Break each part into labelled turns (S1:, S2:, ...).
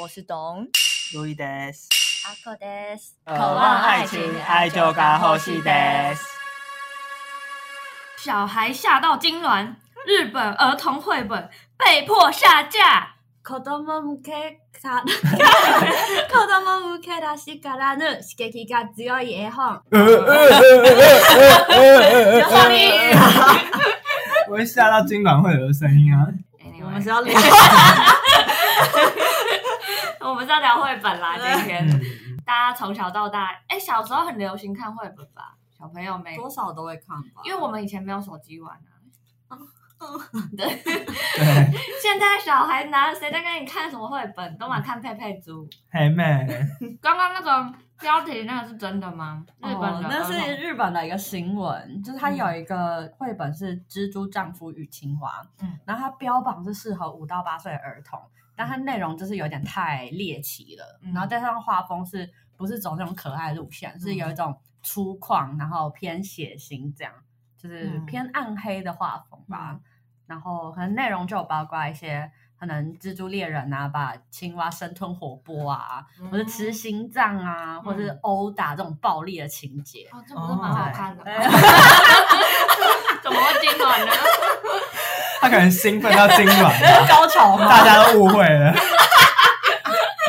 S1: 我是董
S2: 路易德斯，
S1: 阿克德斯，
S2: 渴望爱情，爱就该呼吸德 斯。
S3: 小孩吓到痉挛，日本儿童绘本被迫下架。
S4: 子供向けさ、子供向けらしからぬ刺激が強い絵本。
S3: 有声音，
S2: 我会吓到今晚会有的声音啊！
S3: 我们是要 聊，我们是要聊绘本啦。
S4: 嗯
S3: 今
S2: 嗯
S3: 天大家从小到大，哎，小时候很流行看绘本吧？小朋友没，
S4: 多少都会看吧，
S3: 因为我们以前没有手机玩啊。
S4: 哦
S2: 对，
S3: 现在小孩哪谁在跟你看什么绘本？都嘛看佩佩猪。
S2: 黑妹，
S3: 刚刚那个标题那个是真的吗？日本啊
S4: 哦
S3: 的，
S4: 那
S3: 儿
S4: 是
S3: 童
S4: 日本的一个新闻，就是它有一个绘本是《蜘蛛丈夫与青蛙》，
S3: 嗯，
S4: 然后它标榜是适合五到八岁的儿童，但它内容就是有点太猎奇了，
S3: 嗯
S4: 然后加上画风是不是走那种可爱路线，是有一种粗犷，然后偏血腥这样，就是
S3: 嗯
S4: 偏暗黑的画风吧。然后可能内容就有包括一些可能蜘蛛猎人啊，把青蛙生吞活剥啊，或是吃心脏啊，或是殴打这种暴力的情节。
S3: 哦，这不是蛮好看 的吗？
S4: 哎
S3: 怎么会痉挛呢？
S2: 他可能兴奋到今 晚吧，
S4: 高潮吗？
S2: 大家都误会了。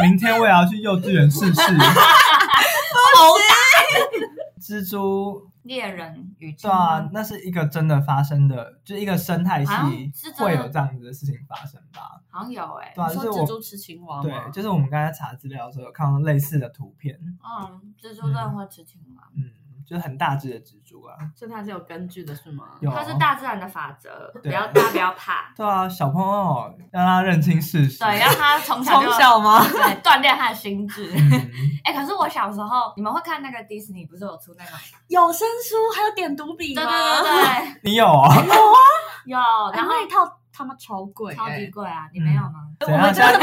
S2: 明天我也要去幼稚园试试。蜘蛛，
S3: 猎人与
S2: 对
S4: 嗯
S2: 啊，那是一个真的发生的，就是一个生态
S3: 啊
S2: 系
S3: 是真的
S2: 会有这样子的事情发生吧？
S3: 好像有哎、
S2: 对啊，
S4: 你
S2: 就
S4: 说
S2: 是
S4: 蜘蛛
S2: 我，
S4: 吃青蛙吗
S2: 对，？就是我们刚才查资料的时候有看到类似的图片，
S3: 嗯，蜘蛛真的会吃青蛙，
S2: 嗯，就是很大只的蜘蛛啊，
S4: 所以它是有根据的，是吗？
S2: 有啊
S3: 它是大自然的法则，不
S2: 对
S3: 要大家不要 怕，
S2: 对啊，小朋友让他认清事实。
S3: 对，让他从小
S4: 从
S3: 就
S4: 小吗？
S3: 对锻炼他的心智。
S2: 嗯
S3: 哎、可是我小时候，你们会看那个迪士尼，不是有出那个？
S4: 有声书还有点读笔
S3: 对
S4: 吗？
S3: 对对对，
S2: 你有啊？
S3: 有，
S4: 哎
S3: 然后
S4: 那一套他妈超贵欸，
S3: 超级贵啊，你没有吗？
S2: 怎样？现在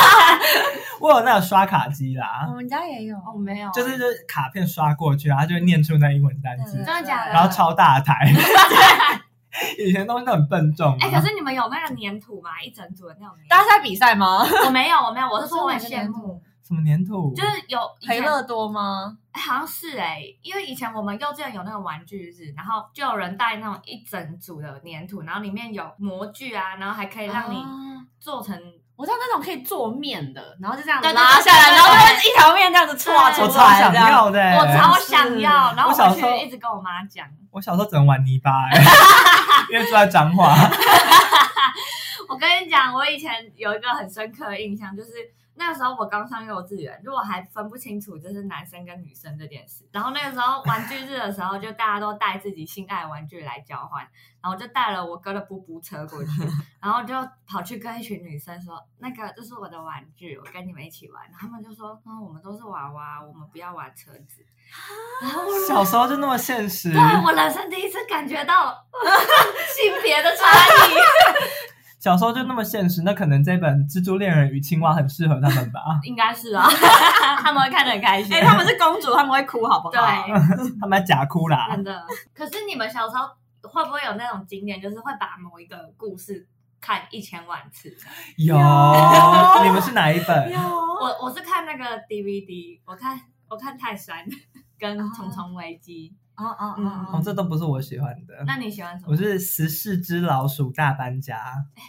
S2: 我有那个刷卡机
S4: 我
S2: 啦，
S4: 们家也有。
S3: 哦，没有，
S2: 就是就是卡片刷过去，然后就会念出那英文单词
S3: 真，的假的？
S2: 然后超大台。 以前东西都很笨重啊。
S3: 哎、可是你们有那个粘土吗？一整组的那种粘
S4: 大家在比赛吗？
S3: 土？我没有，我没有，我是说我很
S4: 我是哪个
S3: 羡
S4: 粘土
S3: 慕，
S2: 什么粘土？
S3: 就是有以前
S4: 赔乐多吗？
S3: 哎好像是哎、因为以前我们幼稚园有那个玩具日，然后就有人带那种一整组的粘土，然后里面有模具啊，然后还可以让你
S4: 啊
S3: 做成，
S4: 我知道那种可以做面的，然后就这样
S3: 对对
S4: 拉
S3: 对
S4: 下来，
S3: 对
S4: 然后
S3: 对
S4: 就一条面这样子搓出
S2: 我
S3: 对
S2: 超
S4: 来，
S2: 想
S4: 这样。
S2: 要的欸。
S3: 我超想要，然后
S2: 我小
S3: 回
S2: 时候
S3: 去一直跟我妈讲，
S2: 我小时候只能玩泥巴欸， 因为住在彰化。
S3: 我跟你讲，我以前有一个很深刻的印象，就是那时候我刚上幼稚园，就我还分不清楚就是男生跟女生这件事。然后那个时候玩具日的时候，就大家都带自己心爱的玩具来交换，然后我就带了我哥的布布车过去，然后就跑去跟一群女生说：“那个这是我的玩具，我跟你们一起玩。”然后他们就说：“嗯，我们都是娃娃，我们不要玩车子。”然后我
S2: 小时候就那么现实
S3: 对。啊我人生第一次感觉到 性别的差异。？
S2: 小时候就那么现实，那可能这本《蜘蛛猎人与青蛙》很适合他 们吧
S3: 应该是 啊，他们会看得很开心。
S4: 哎，他们是公主，他们会哭，好不好？
S3: 对，
S2: 他们还假哭啦
S3: 真。
S4: 嗯
S3: 的。可是你们小时候会不会有那种经验，就是会把某一个故事看一千万次？
S2: 有，你们是哪一本？
S4: 啊
S3: 我我是看那个 DVD，我看我看泰 山跟重重危机。
S4: 啊啊啊
S2: 哦，
S4: 啊！
S2: 这都不是我喜欢的。
S3: 那你喜欢什
S2: 我
S3: 么？
S2: 是《十四只老鼠大搬家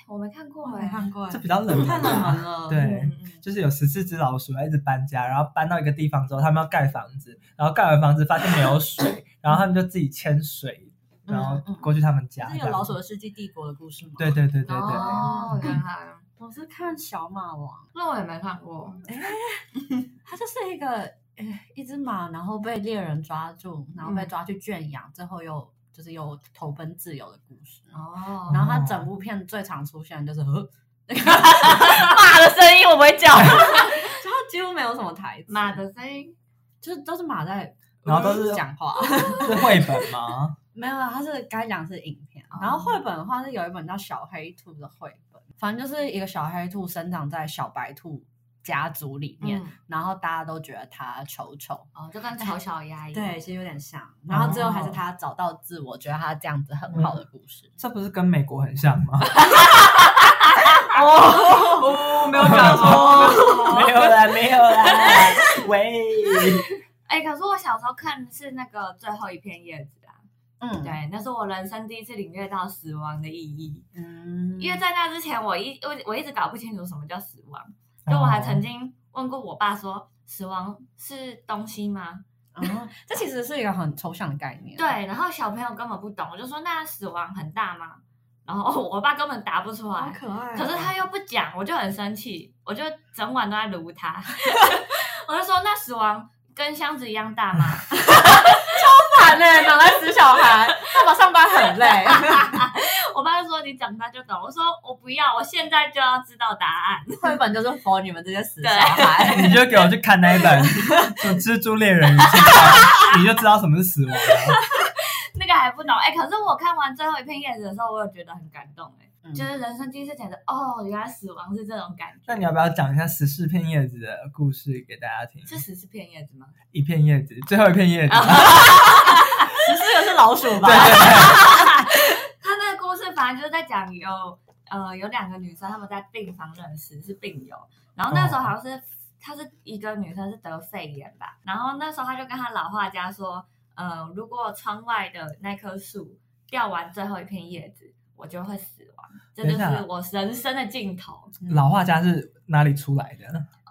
S3: 我没看过
S4: 我没
S3: 哎。
S4: 看过，
S2: 这比较冷门
S4: 太冷门了。
S2: 对
S3: 嗯嗯
S2: 就是有十四只老鼠啊要一直搬家，然后搬到一个地方之后，他们要盖房子，然后盖完房子发现没 有水，然后他们就自己牵水，然后过去他们家。
S4: 嗯是有老鼠的世纪帝国的故事吗？
S2: 这样。对，对对对对。
S3: 哦，原来，
S4: 我是看小马王，
S3: 那我也没看过。
S4: 它就是一个呃一只马，然后被猎人抓住，然后被
S3: 嗯
S4: 抓去圈养，最后又就是又投奔自由的故事。
S3: 哦，
S4: 然后它整部片最常出现的就是呃呵那个马的声音，我不会叫，然后几乎没有什么台词，
S3: 马的声音，
S4: 就是都是马在，
S2: 然后都是
S4: 讲话，
S2: 是绘本吗？
S4: 没有，它是该讲是影片，然后绘本的话是有一本叫《小黑兔》的绘本，反正就是一个小黑兔生长在小白兔家族里面，
S3: 嗯，
S4: 然后大家都觉得它丑丑。
S3: 哦，就跟丑小鸭一样。
S4: 对，其实有点像，然后最后还是他找到自我，觉得他这样子很好的故事。
S2: 这不是跟美国很像吗？哦，没有讲错，没有啦，没有啦，喂，
S3: 哎、可是我小时候看是那个最后一片叶子啊，
S4: 嗯，
S3: 对，那是我人生第一次领略到死亡的意义。
S4: 嗯，
S3: 因为在那之前，我一我我一直搞不清楚什么叫死亡，就我还
S4: 哦
S3: 曾经问过我爸说，死亡是东西吗？
S4: 哦这其实是一个很抽象的概念。
S3: 对，，然后小朋友根本不懂，我就说那死亡很大吗？然后哦我爸根本答不出来，
S4: 可爱哦
S3: 可是他又不讲，我就很生气，我就整晚都在撸他， 我就说那死亡跟箱子一样大吗？
S4: 烦呢，脑袋死小孩，爸爸上班很累。
S3: 我爸就说你长大就懂，我说我不要，我现在就要知道答案。
S4: 绘本就是佛你们这些死小孩。
S2: 你就给我去看那一本《就蜘蛛猎人与青蛙》，你就知道什么是死亡了。
S3: 那个还不懂哎、可是我看完最后一片叶子的时候，我有觉得很感动哎、
S4: 嗯
S3: 就是人生第一次觉得哦，原来死亡是这种感觉。
S2: 那你要不要讲一下十四片叶子的故事给大家听？
S3: 是啊十四片叶子吗？
S2: 一片叶子，最后一片叶子，
S4: 十四个是老鼠
S2: 对对
S4: 吧？
S2: 对，
S3: 他那个故事反正就是在讲有呃有两个女生，她们在病房认识，是病友。然后那时
S2: 哦
S3: 候好像是她是一个女生是得肺炎吧，然后那时候她就跟她老画家说，呃，如果窗外的那棵树掉完最后一片叶子，我就会死亡，这就
S2: 等一
S3: 是
S2: 下嗯
S3: 我人生的尽头。
S2: 老画家是哪里出来的？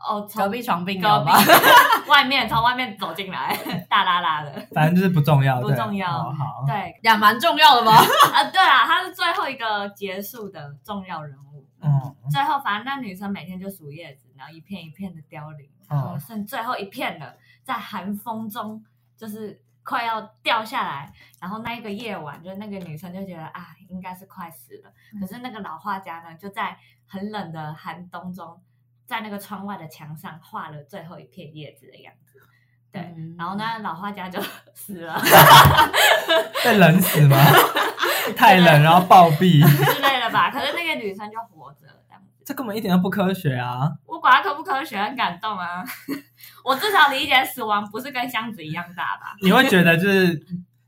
S3: 哦，
S4: 隔
S3: 从
S4: 壁床病
S3: 隔
S4: 友
S3: 壁
S4: 吧？
S3: 外面从外面走进来， 大拉拉的。
S2: 反正就是不重要，
S3: 不
S2: 对
S3: 重要
S2: 好好，
S3: 对，
S4: 也蛮重要的吧？
S3: 啊，对啊，她是最后一个结束的重要人物。
S2: 嗯，
S3: 最后，反正那女生每天就数叶子，然后一片一片的凋零，然后
S2: 嗯
S3: 剩最后一片了，在寒风中就是快要掉下来。然后那一个夜晚，就是那个女生就觉得啊，应该是快死了。可是那个老画家呢，就在很冷的寒冬中，在那个窗外的墙上画了最后一片叶子的样子。对，
S4: 嗯
S3: 然后呢，老画家就 死了
S2: 被冷死 吗？太冷，然后暴毙，
S3: 之类的吧。可是那个女生就活着，这样
S2: 这根本一点都不科学啊！
S3: 我管它科不科学，很感动啊！ 我至少理解死亡不是跟箱子一样大吧？
S2: 你会觉得就是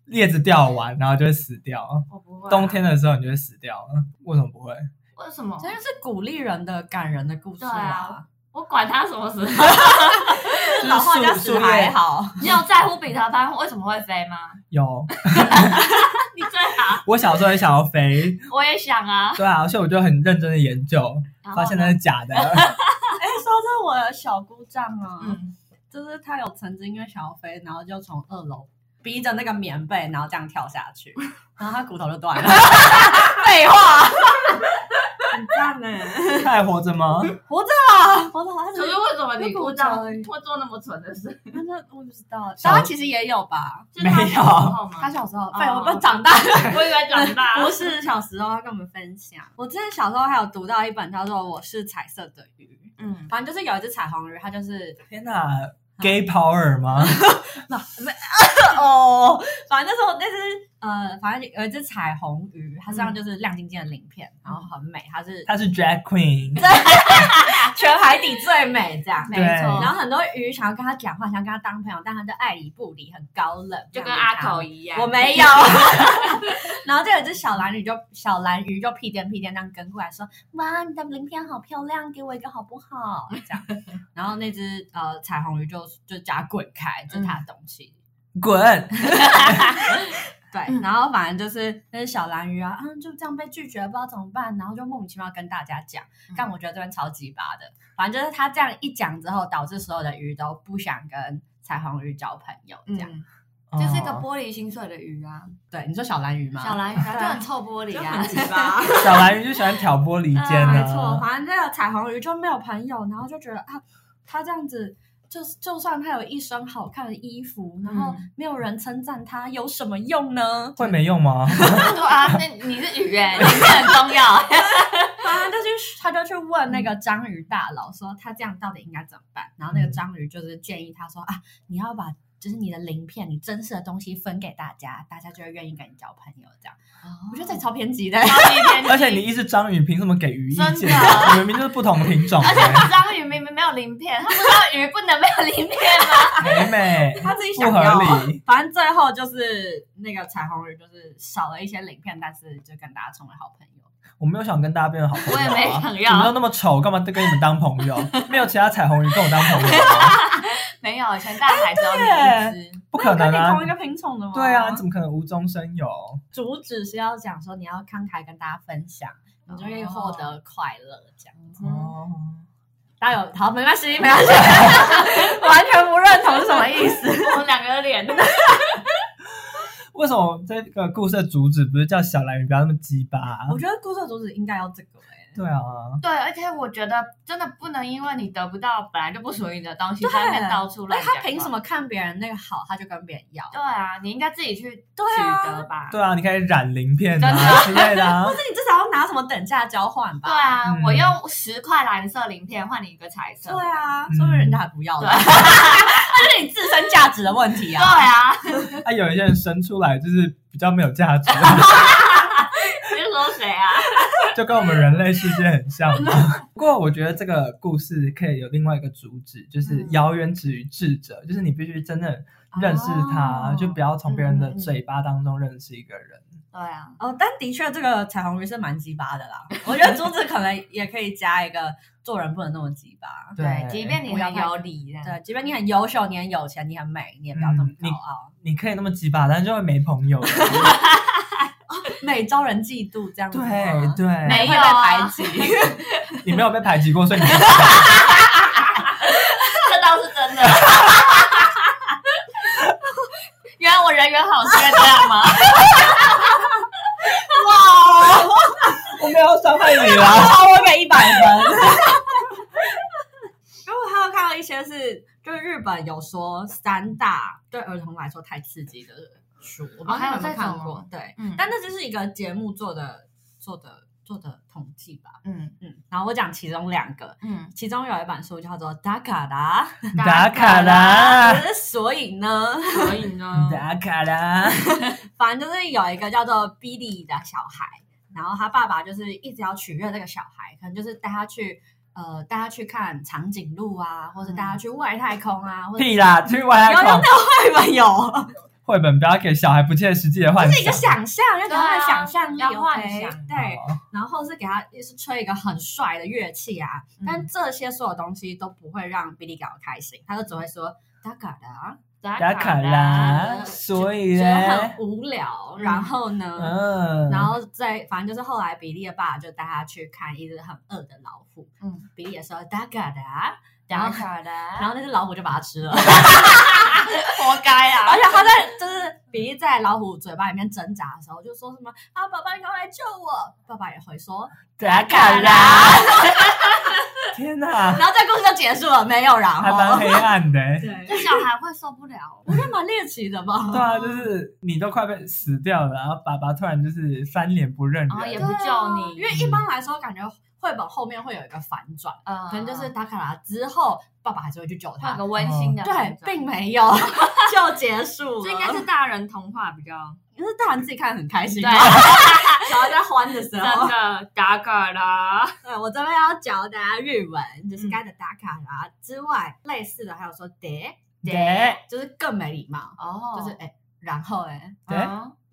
S2: 叶子掉完，然后就会死掉。
S3: 我不会啊、
S2: 冬天的时候你就会死掉了，为什么不会？
S3: 为什么
S4: 这？就是鼓励人的感人的故事
S3: 对
S4: 啊
S3: 啊。我管他什么时候，
S2: 就是
S4: 老画家
S2: 树
S4: 死
S2: 树
S4: 还
S2: 叶
S4: 好，
S3: 你有在乎彼得潘为什么会飞吗？
S2: 有，
S3: 你最好，
S2: 我小时候也想要飞，
S3: 我也想啊。
S2: 对啊，所以我就很认真的研究，
S3: 然后
S2: 发现那
S3: 呢？
S2: 是假的。
S4: 哎、说到我的小姑丈啊，
S3: 嗯，
S4: 就是他有曾经因为想要飞，然后就从二楼逼着那个棉被，然后这样跳下 去，然后他骨头就断了。 废话，很赞 呢，
S2: 他还活着吗？
S4: 活着啊，活着好像
S3: 可
S4: 是
S3: 是为什么你姑丈
S4: 那个我
S2: 欸
S4: 知
S3: 会做那么蠢的 事？
S4: 那那我不知道，
S2: 小
S4: 但他其实也有吧。嗯
S3: 是他
S2: 没有
S3: 小时候吗
S4: 他小时候，
S3: 哦
S4: 废、我们长大了。
S3: 我以为长 大
S4: 不是小时候，他跟我们分享。我之前小时候还有读到一本叫做《我是彩色的鱼
S3: 嗯》，，
S4: 反正就是有一只彩虹鱼，它就是
S2: 天哪，gay power 吗？
S4: 哦，反正那时候那只呃，反正有一只彩虹鱼，它身
S3: 嗯
S4: 上就是亮晶晶的鳞片，然后很美，它是
S2: 他是 drag queen，
S4: 全海底最美这样。
S3: 没
S2: 对
S3: 错，
S4: 然后很多鱼想要跟它讲话，想跟它当朋友，但它就爱理不理，很高冷，
S3: 就
S4: 这
S3: 跟
S4: 样
S3: 阿
S4: 子
S3: 口一样。
S4: 我没有。 然后就有一只小蓝鱼就，小蓝鱼就屁颠屁颠这样跟过来说：“哇，你的鳞片好漂亮，给我一个好不好？”这样。然后那只呃彩虹鱼就就叫它滚开，这是它的东西。
S2: 滚！
S4: 对，
S3: 嗯
S4: 然后反正就是那些小蓝鱼啊，嗯，就这样被拒绝，不知道怎么办，然后就莫名其妙跟大家讲，
S3: 嗯
S4: 但我觉得这边超级巴的，反正就是他这样一讲之后，导致所有的鱼都不想跟彩虹鱼交朋友，这样。
S3: 嗯，就是一个
S2: 哦
S3: 玻璃心碎的鱼啊，
S4: 对，你说小蓝鱼吗？
S3: 小蓝鱼啊就很臭玻璃啊，
S4: 巴。
S2: 小蓝鱼就喜欢挑拨离间
S4: 啊，没错，
S2: 啊。
S4: 反正那个彩虹鱼就没有朋友，然后就觉得啊，他这样子。就是，就算他有一身好看的衣服，然后
S3: 嗯
S4: 没有人称赞他，有什么用呢？
S2: 会没用 吗？
S3: 对啊，那你是鱼哎，你是很重要。
S4: 他就去，他就去问那个
S2: 嗯
S4: 章鱼大佬说，他这样到底应该怎么办？然后那个章鱼就是建议他说啊，你要把就是你的鳞片，你真实的东西分给大家，大家就会愿意跟你交朋友。这样，我觉
S2: 哦
S4: 得这超偏激的。
S3: 超级偏激
S2: 而且你一只章鱼，凭什么给鱼意
S3: 真
S2: 见
S3: 的？
S2: 你明明就是不同品种欸
S3: 而且
S2: 的，
S3: 章鱼明明没有鳞片，它不知道鱼不能没有鳞片
S2: 美
S3: 吗？
S2: 美
S4: 他自己
S2: 不
S4: 想要，啊
S3: 啊
S2: 合理。
S4: 反正最后就是那个彩虹鱼就是少了一些鳞片，但是就跟大家成为好朋友。
S2: 我没有想跟大家变成好朋友、啊，
S3: 我也没想要
S2: 你 们都那么丑，干嘛跟你们当朋友？没有其他彩虹鱼跟我当朋友吗？
S3: 没有，全大海只有你一只。
S2: 不可能
S5: 那你跟你同一个
S2: 啊！
S5: 品种的吗？
S2: 对啊，你怎么可能无中生有？
S4: 主旨是要讲说你要慷慨跟大家分享，你就会获得快乐这样子。
S2: 哦，
S5: 嗯
S4: 大家有好没关系，
S5: 没有，完全不认同是什么意思？
S3: 我们两个脸，
S2: 为什么这个故事的主旨不是叫小蓝鱼不要那么鸡巴、啊？
S4: 我觉得故事的主旨应该要这个哎、
S2: 对啊，
S3: 对，而且我觉得真的不能因为你得不到本来就不属于你的东西，在那边到处
S4: 那
S3: 乱讲。
S4: 他凭什？么看别人那个好，他就跟别人要？
S3: 对啊，你应该自己去
S4: 对啊
S3: 取得吧。
S2: 对啊，你可以染鳞片
S3: 真
S2: 啊之类的、啊
S4: 不。是你至少要拿什么等价交换
S3: 对
S4: 吧？
S3: 啊，
S2: 嗯
S3: 我用十块蓝色鳞片换你一个彩色。
S4: 对啊，
S2: 嗯
S4: 说明人家还不要
S3: 对
S4: 呢，
S3: 啊，
S4: 这是你自身价值的问题
S3: 对
S4: 啊。
S3: 啊，
S2: 啊，有一些人生出来就是比较没有价值，
S3: 你是说谁啊？
S2: 就跟我们人类世界很像嘛。 不过我觉得这个故事可以有另外一个主旨，就是
S3: 嗯
S2: 谣言止于智者，就是你必须真正认识他，
S3: 哦
S2: 就不要从别人的
S3: 嗯嗯嗯
S2: 嘴巴当中认识一个人。
S3: 对啊，
S4: 哦，但的确这个彩虹鱼是蛮鸡巴的啦。我觉得竹子可能也可以加一个做人不能那么鸡巴。
S3: 对，呃即便你
S4: 不要
S3: 很
S4: 太
S3: 有理，这样
S4: 对，即便你很优秀，你很有钱，你很美，你也不要这么高傲，
S2: 嗯你可以那么鸡巴，但是就会没朋 友。
S4: 美招人嫉妒这样子吗。
S2: 对对，
S3: 没
S4: 会被
S3: 有啊
S4: 排挤。
S2: 你没有被排挤过， 所以你不知道
S3: 这倒是真的。 原来我人缘好是因为这样吗？
S2: 我没有伤害你啦。
S4: 好，我给一百分。因为我还有看到一些是，就是日本有说三大对儿童来说太刺激的书，我不知道你们有没有看过？对，
S3: 嗯
S4: 但那只是一个节目做的做的做的统计吧。
S3: 嗯
S4: 嗯，然后我讲其中两个，
S3: 嗯，
S4: 其中有一本书叫做《达卡达
S2: 打卡啦，》，
S4: 所以呢，
S3: 所以呢，
S2: 打卡啦。
S4: 反正就是有一个叫做 Billy 的小孩，然后他爸爸就是一直要取悦这个小孩，可能就是带他去呃带他去看长颈鹿啊，或者带他去外太空啊，
S3: 嗯
S4: 或者
S2: 屁啦，去外
S4: 有
S2: 太
S4: 有
S2: 空
S4: 没有会没 有？
S2: 绘本，不要给小孩不切实际的幻
S4: 这是一个
S2: 想。
S4: 想象，要给他
S3: 对
S4: 的
S3: 啊
S4: 想象力
S3: 要
S4: OK，
S3: 幻想
S4: 对，
S2: 哦
S4: 然后是给他也是吹一个很帅的乐器啊，
S3: 嗯
S4: 但这些所有东西都不会让 Billy 感到开心，他就只会说哒嘎哒，
S2: 打卡啦，
S4: 嗯
S2: 所以
S4: 觉
S2: 呢，
S4: 得很无聊，
S3: 嗯
S4: 然后呢？
S2: 嗯，
S4: 然后再反正就是后来比利的爸就带他去看一只很饿的老虎，
S3: 嗯，
S4: 比利也说哒嘎哒，然
S3: 打
S4: 后
S3: 卡 啦，
S4: 然后那只老虎就把它吃了，
S3: 活该啊
S4: 而且他在就是比利在老虎嘴巴里面挣扎的时候就说什么啊爸爸你赶快来救我，爸爸也会说，
S2: 打卡
S3: 卡
S2: 啦，
S3: 啦，
S2: 天哪，
S4: 然后这故事就结束了，没有然
S2: 还蛮
S4: 后，
S2: 黑暗 的欸。
S4: 对，
S3: 这小孩会受不了。
S4: 我觉得蛮猎奇的嘛，
S2: 对啊，就是你都快被死掉了，然后爸爸突然就是翻脸不认
S3: 哦也
S2: 人
S3: 不，救你
S4: 因为一般来说感觉绘本后面会有一个反转，
S3: 嗯，
S4: 可能就是达卡拉之后爸爸还是会去救他
S3: 换，个温馨的那
S4: 哦对
S3: 种，，
S4: 并没 有就结束了。
S3: 这应该是大人童话比较
S4: 可是大人自己看得很开心，
S3: 对
S4: 然，后在欢的时
S3: 真
S4: 候。
S3: 的打卡啦，
S4: 对，我这边要教大家日文，就是该的打卡啦之外，类似的还有说得，
S2: 对
S4: 就是更没礼貌，
S3: 哦
S4: 就是哎，然后哎，
S2: 对，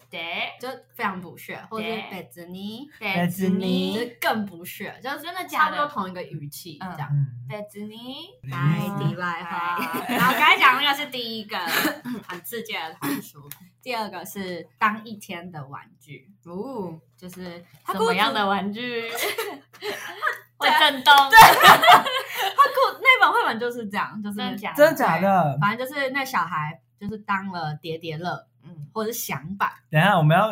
S3: 得
S4: 就非常不屑，或者是
S3: 得
S4: 北子尼，
S3: 得
S2: 子
S4: 就
S2: 尼
S4: 是更不屑，就是
S3: 真的
S4: 差
S3: 假
S4: 不多
S3: 的？
S4: 同一个语气这
S3: 嗯
S4: 样。
S2: 嗯，
S3: 得子尼，
S4: 来
S2: 嗯
S4: 迪拜哈，
S6: 哎
S4: 然后刚才讲那个是第 一个很刺激的童书，第二个是当一天的玩具，
S3: 哦，
S4: 就是
S3: 什么样的
S4: 故
S3: 玩具会
S4: 对啊
S3: 震动？
S4: 事那本绘本就是这样，就是
S3: 真的假的
S2: 真的假的？
S4: 反正就是那小孩就是当了叠叠乐，
S3: 嗯，
S4: 或者是响板，
S2: 等一下我们要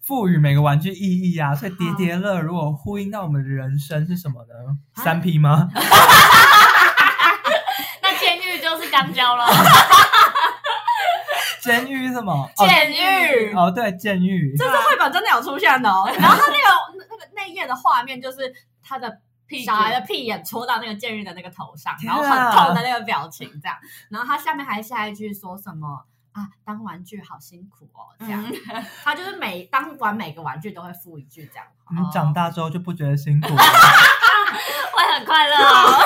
S2: 赋予每个玩具意义 啊，所以叠叠乐如果呼应到我们的人生是什么呢？
S3: 啊
S2: 三 P 吗？
S3: 那监狱就是香蕉喽，
S2: 监狱是什么？哦
S3: 监
S4: 狱
S2: 哦，对，啊监狱
S4: 这。是绘本真的有出现的哦。 然后他那个那个那页的画面就是他的
S3: 屁股
S4: 小孩的屁眼戳到那个监狱的那个头上，
S2: 天
S4: 然
S2: 啊
S4: 后很痛的那个表情这样。然后他下面还下一句说什么啊？当玩具好辛苦哦，
S2: 嗯
S4: 这样。他就是每当玩每个玩具都会附一句这样。哦
S2: 你嗯长大之后就不觉得辛苦了，
S3: 会很快乐哦。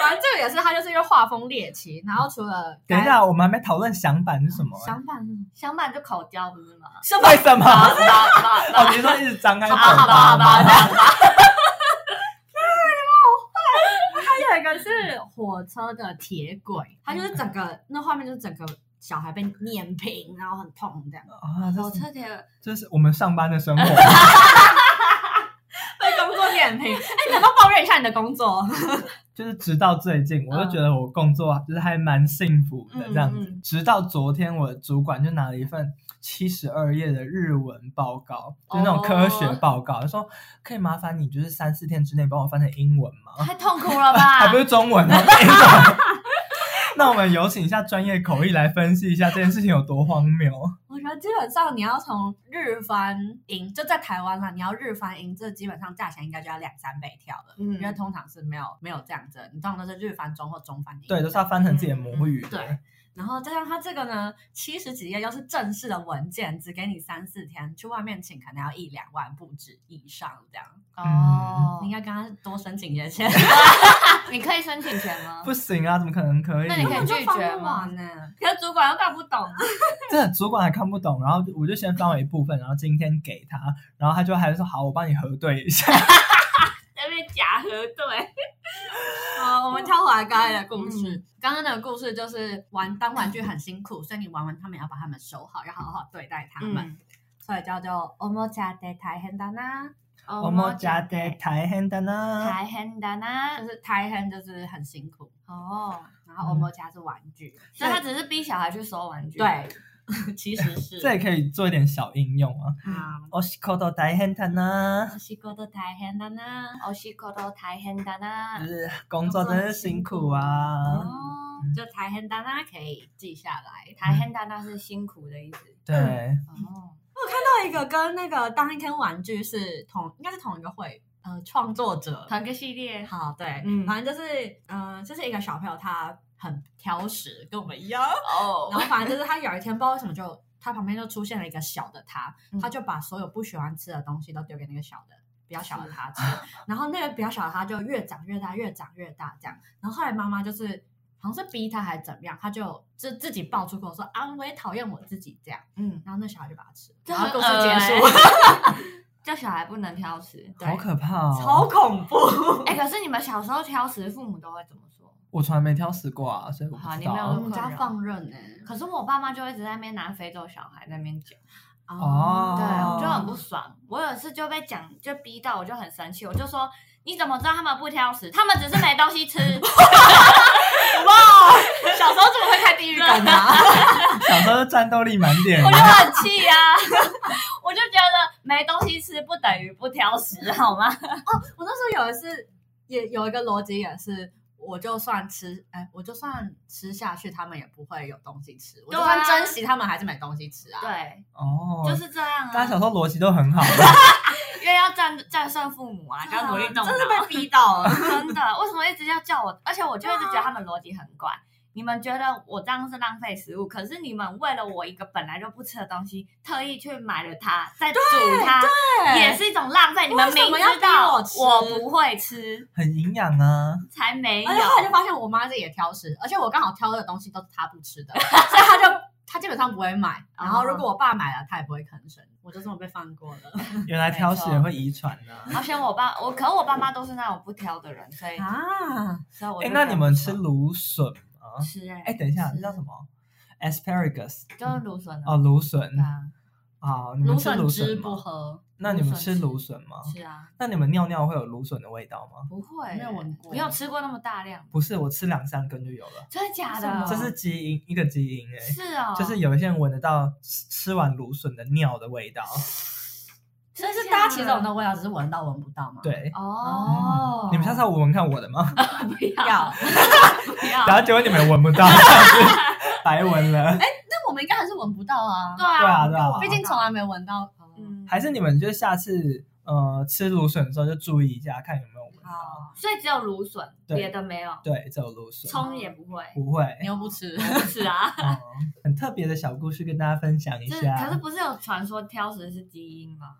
S4: 反正这个也是他就是因为画画风猎奇。然后除了
S2: 等一下，我们还没讨论响板是什么、欸？
S4: 想法是什么
S3: 相伴就口交不是 吗？
S2: 为什么？
S3: 知道知道 知
S2: 哦，你说一直张开嘴
S3: 好吧好吧
S2: 巴
S3: 好吧
S2: 吗？
S4: 还有一个是火车的铁轨，它就是整个那画面就是整个小孩被碾平，然后很痛这样。
S2: 啊，这
S3: 火
S2: 是
S3: 车铁
S2: 这是我们上班的 生活。
S4: 被工作碾平，哎、你能不能抱怨一下你的工作？
S2: 就是直到最近，我就觉得我工作就是还蛮幸福的这样子。
S3: 嗯嗯嗯嗯
S2: 直到昨天，我的主管就拿了一份七十二页的日文报告，就是那种科学
S3: 哦
S2: 报告，他说可以麻烦你就是三四天之内帮我翻成英文吗？
S3: 太痛苦了
S2: 还
S3: 吧
S2: 不？是中文 哦，是英文。那我们有请一下专业口译来分析一下这件事情有多荒谬。
S4: 我觉得基本上你要从日翻英，就在台湾啦，你要日翻英，这基本上价钱应该就要两三倍跳了，
S3: 嗯
S4: 因为通常是没有没有这样子的，你通常都是日翻中或中翻英。
S2: 对，都是要翻成自己的母
S3: 嗯
S2: 语。
S4: 对，然后加上它这个呢，七十几页又是正式的文件，只给你三四天，去外面请可能要一两万不止以上这样。
S2: 嗯
S3: 哦
S4: 你应，该跟他多申请一些钱，
S3: 你可以申请钱吗？
S2: 不行啊，怎么可能可以？
S3: 那你可以拒绝吗
S4: 完？ 呢？
S3: 可是主管又看不懂，
S2: 这主管还看不懂，然后我就先翻了一部分，然后今天给他，然后他就还说好，我帮你核对一 下。
S3: 在那边假核对，
S4: 啊，我们跳回来刚才的故事。刚刚的故事就是玩当玩具很辛苦，所以你玩完他们也要把他们收好，要好好对待他们。
S3: 嗯，
S4: 所以叫做おもちゃで大変だな，
S2: 我们家的太狠的呢，
S3: 大変だ
S4: 就
S3: な。
S4: 是大変就是很辛苦，
S3: 哦，
S4: 然后おもちゃ是玩具，
S3: 嗯所以他只是逼小孩去收玩具。，
S4: 对， 其实是
S2: 这也可以做一点小应用啊。
S4: 啊，
S2: 我是口头太狠的呢，
S3: 哦
S4: 仕事大変だな。
S3: お仕事大変だ
S2: 就
S3: な。
S2: 是工作真是辛苦啊。
S4: 哦，就台很大，大家可以记下来。
S3: 大変だな是辛苦的意思。
S2: 对，
S3: 哦，
S4: 还有一个跟那个当一天玩具是同，应该是同一个会呃创作者。
S3: 同一个系列。
S4: 好，对，
S3: 嗯
S4: 反正就是嗯、呃，就是一个小朋友他很挑食，跟我们一样。
S3: 哦
S4: 然后反正就是他有一天不知道为什么就他旁边就出现了一个小的他，
S3: 嗯
S4: 他就把所有不喜欢吃的东西都丢给那个小的。比较小的他吃，然后那个比较小的他就越长越大，越长越大这样。然后后来妈妈就是好像是逼他还是怎么样，他就自自己爆出口说啊，我也讨厌我自己这样。
S3: 嗯，
S4: 然后那小孩就把它吃了，
S3: 这
S4: 然后哎
S3: 很
S4: 故事
S3: 恶
S4: 结
S3: 欸
S4: 束，
S3: 叫小孩不能挑食。
S4: 对
S2: 好可怕哦。
S4: 超恐怖。
S3: 哎，可是你们小时候挑食，父母都会怎么说？
S2: 我从来没挑食过啊，所以我不
S3: 好
S2: 知
S3: 你
S2: 道
S3: 没有
S4: 我
S2: 啊。
S4: 们家放任欸呢、
S3: 可是我爸妈就会一直在那边拿非洲小孩在那边讲，
S2: 哦
S3: 对我就很不
S4: 不
S3: 爽。我有一次就被讲，就逼到我就很生气，我就说你怎么知道他们不挑食？他们只是没东西吃。
S4: 哇，小时候怎么会看地狱梗啊？
S2: 小时候战斗力满点
S3: 我，就很气呀、 我就觉得没东西吃不等于不挑食，好吗？
S4: 我那时候有一次也有一个逻辑也是。我就算吃，哎、我就算吃下去，他们也不会有东西吃。我就
S3: 对啊
S4: 算珍惜，他们还是没东西吃啊。，
S3: 对，
S2: 哦，
S3: 就是这样
S2: 大家小
S3: 啊，
S2: 时候逻辑都很好。啊
S3: 因为要战战胜父母啊，就要努力动脑。
S4: 真是被逼到 了。
S3: 真的，为什么一直要叫我？而且我就一直觉得他们逻辑很怪。你们觉得我这样是浪费食物，可是你们为了我一个本来就不吃的东西，特意去买了它，再煮它，也是一种浪费。你们明
S4: 为什么要
S3: 知
S4: 逼
S3: 道
S4: 我吃
S3: 我不会吃，
S2: 很营养啊，
S3: 才没有
S4: 而且。哎后来就发现我妈自己也挑食，而且我刚好挑的东西都是她不吃 的，所以她就她基本上不会买。然
S3: 哦
S4: 后如果我爸买了，她也不会吭声，我就这么被放过了。
S2: 原来挑食也会遗传啊。
S3: 而且我爸，我可我爸妈都是那种不挑的人，所以
S4: 啊，
S3: 所以我
S2: 哎、
S3: 就
S2: 那
S3: 觉得
S2: 你们
S3: 不
S2: 吃
S3: 爽
S2: 芦笋吗？
S3: 吃哎、
S2: 哎、等一下，
S3: 吃
S2: 那叫什么？asparagus
S3: 就是芦笋的
S2: 哦，芦笋
S3: 对啊，
S2: 啊，你们吃芦
S4: 汁
S2: 笋
S4: 不
S2: 吗？
S4: 喝，
S2: 那你们吃
S3: 芦笋
S2: 芦笋吗？
S3: 是啊，
S2: 那你们尿尿会有芦笋的味道吗？
S3: 不会、
S4: 没有闻过
S3: 没有吃过那么大量，
S2: 不是，我吃两三根就有了。
S3: 真的假
S4: 为什
S3: 的？
S4: 么
S2: 这是基因，一个基因哎、
S3: 是哦，
S2: 就是有一些人闻得到吃吃完芦笋的尿的味道。
S4: 所以是
S3: 真
S4: 大家
S3: 假
S4: 其实有那味道，只是闻到闻不到嘛。，
S2: 对，
S3: 哦，
S2: 你们下次要闻闻看我的吗？
S3: 不要啊
S4: 要。
S3: 不要，
S2: 然后结果你们闻不到，就是白闻了。
S4: 那我们应该还是闻不到啊
S3: 对，
S2: 对啊
S3: 啊，
S2: 对啊
S4: 毕竟从来没闻到。嗯，
S3: 嗯
S2: 还是你们就下次呃吃芦笋的时候就注意一下，看有没有闻到。
S4: 好，
S3: 所以只有芦笋，
S2: 对
S3: 别的没有，
S2: 对，只有芦笋，
S3: 葱也不 会，
S2: 不会。
S4: 你又不 吃，
S3: 不是啊。
S2: 嗯，很特别的小故事跟大家分享一
S3: 就是，
S2: 下。
S3: 可是不是有传说挑食是基因吗？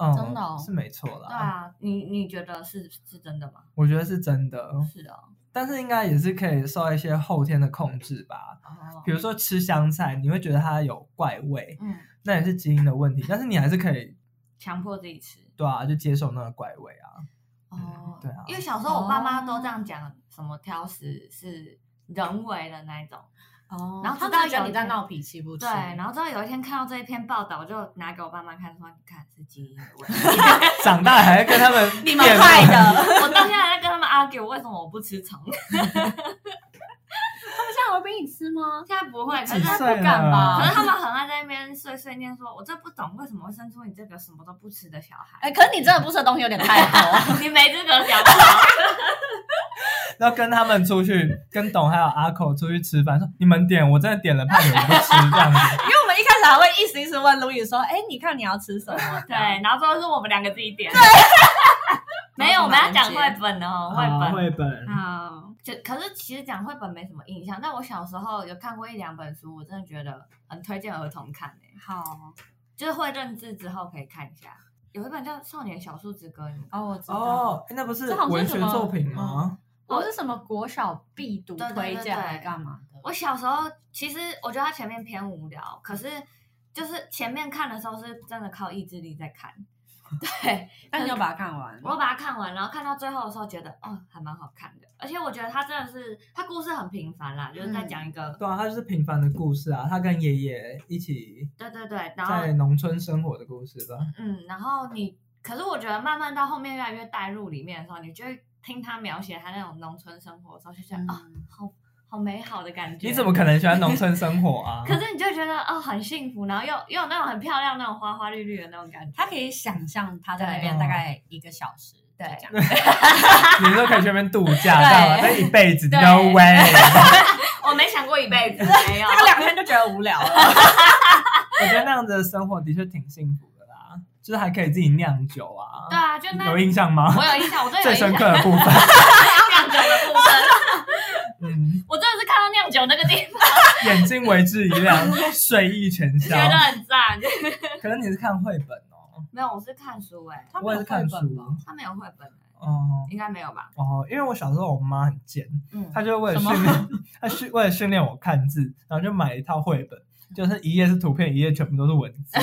S2: 嗯，
S4: 真的哦
S3: 啊
S2: 是没错啦。
S3: 对啊，你你觉得是是真的吗？
S2: 我觉得是真的。
S3: 是哦，
S2: 但是应该也是可以受到一些后天的控制吧。
S6: 哦，
S2: 比如说吃香菜，你会觉得它有怪味，
S6: 嗯，
S2: 那也是基因的问题，但是你还是可以
S3: 强迫自己吃。
S2: 对啊，就接受那个怪味啊。
S6: 哦，
S2: 对啊，
S3: 因为小时候我爸妈都这样讲，什么挑食是人为的那一种。
S6: 哦
S3: 然后
S6: 他
S3: 直到
S6: 们觉
S3: 有
S6: 得你在
S3: 天
S6: 闹脾气不吃，
S3: 对， 然后直到有一天看到这一篇报道，我就拿给我爸妈看，说你看是基因的 问题。
S2: 长大还会跟他们
S6: 你们
S2: 辩论
S6: 害的，
S3: 我 到现在还在跟他们 argue 为什么我不吃虫，
S6: 现在我逼你吃吗？
S3: 现在不会，可
S2: 几
S3: 是哎他
S2: 岁
S6: 不敢吧
S3: 可
S2: 了
S3: 是？他们很爱在那边碎碎念说，我这不懂为什么会生出你这个什么都不吃的小孩，
S6: 哎，可是你真的不吃的东西有点太 多，啊
S3: 你没资格 讲我。
S2: 然后跟他们出去，跟董还有阿口出去吃饭，说你们点，我真的点了，怕你们不吃这样子。
S6: 因为我们一开始还会一时一时问 Louis 说，哎，你看你要吃什么？
S3: 对，然后最后是我们两个自己 点。没有，我
S6: 然后就
S3: 们要讲
S6: 蛮
S3: 绘本 哦，绘
S2: 啊
S3: 本。嗯
S2: 绘本，
S3: 好，就可是其实讲绘本没什么印象，但我小时候有看过一两本书，我真的觉得很推荐儿童看欸诶、
S6: 好，
S3: 就是会认字之后可以看一下。有一本叫《少年小树之歌》，你们
S6: 哦，我知道，
S2: 哦，诶那不是
S6: 这好像是
S2: 文学
S6: 什么
S2: 作品
S3: 嗯
S2: 吗？哦
S6: 我是什么国小必读
S3: 对对
S6: 推
S3: 对
S6: 荐
S3: 对
S6: 来干嘛的？
S3: 我小时候其实我觉得它前面偏无聊，可是就是前面看的时候是真的靠意志力在看。 对，
S6: 但你有把它看完？
S3: 我把它看完，然后看到最后的时候觉得，哦，还蛮好看的。而且我觉得它真的是，它故事很平凡啦，就是在讲一个，
S2: 对啊，它就是平凡的故事啊，他跟爷爷一起
S3: 对对对，然后
S2: 在农村生活的故事吧。
S3: 嗯，然后你，可是我觉得慢慢到后面越来越带入里面的时候，你就会听他描写他那种农村生活的时候，就觉得啊、
S6: 嗯
S3: 好好美好的感觉。
S2: 你怎么？可能喜欢农村生活啊？
S3: 可是你就会觉得哦，很幸福，然后又又有那种很漂亮、那种花花绿绿的那种感觉。
S6: 他可以想象他在那边
S2: 对
S6: 大概一个小时，
S3: 对
S6: 就这样。
S2: 你说可以去那边度假，知道吗？那一辈子
S3: 对
S2: ，no way！
S3: 我没想过一辈 子没有
S6: 大，概两天就觉得无聊了。
S2: 我觉得那样子的生活的确挺幸福的啦，就是还可以自己酿酒啊
S3: 对。啊，就那
S2: 有印象吗？
S3: 我有印象，我真的
S2: 最
S3: 有印象
S2: 深刻的部分，
S3: 酿酒的部分，
S2: 嗯，
S3: 我真的是看到酿酒那个地方，
S2: 眼睛为之一 亮，睡意全消
S3: 觉。得很赞。
S2: 可能你是看绘本哦，
S3: 没有，我是看书哎、欸，
S2: 我也是看书。
S3: 他没有绘本、欸，
S2: 哦
S3: 应该没有吧？
S2: 哦，因为我小时候我妈很贱，
S3: 嗯，
S2: 她就为了训练， 她训为了训练我看字，然后就买一套绘本，就是一页是图片，一页全部都是文 字。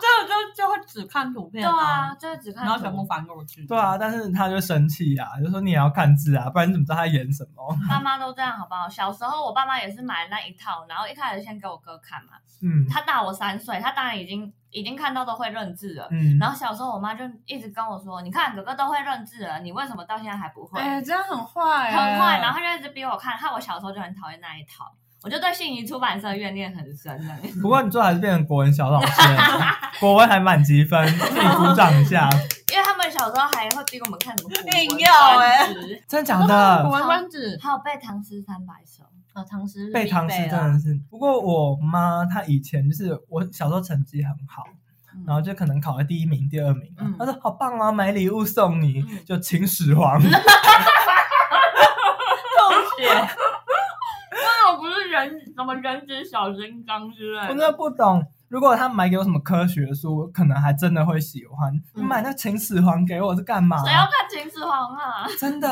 S6: 这个就就会只看图
S3: 对
S6: 片
S3: 啊，，就是只看
S6: 然后
S3: 图
S6: 全部翻过去。
S2: 对啊，，但是她就生气啊，就说你也要看字啊，不然你怎么知道她演什么？
S3: 爸妈都这样，好不好？小时候我爸妈也是买了那一套，然后一开始先给我哥看嘛，
S2: 嗯
S3: 他大我三岁，他当然已经已经看到都会认字了。
S2: 嗯，
S3: 然后小时候我妈就一直跟我说：“你看哥哥都会认字了，你为什么到现在还不会？”
S6: 哎，这样很坏，
S3: 很坏。欸然后。他就一直逼我看，害我小时候就很讨厌那一套，我就对信宜出版社怨念很深欸呢。
S2: 不过你最后还是变成国文小老师了， 国文还满积分，自己鼓掌一下，
S3: 因为他们小时候还会逼我们看什么古文
S6: 硬要哎
S3: 官职
S2: 真的 假的？
S6: 古文观止
S3: 还有背唐诗三百首。
S6: 啊，唐 诗
S2: 背哦唐诗真的是，不
S3: 嗯
S2: 过我妈她以前就是我小时候成绩很好，
S3: 嗯
S2: 然后就可能考了第一名、第二名啊，
S3: 嗯
S2: 她说好棒啊，买礼物送你，
S3: 嗯
S2: 就秦始 皇，
S6: 痛血，
S3: 那我不是人什么人子小金刚之类
S2: 我真的不懂。如果她买给我什么科学书，我可能还真的会喜欢。你
S3: 嗯
S2: 买那秦始皇给我是干嘛？
S3: 谁要看秦始皇啊？
S2: 真的，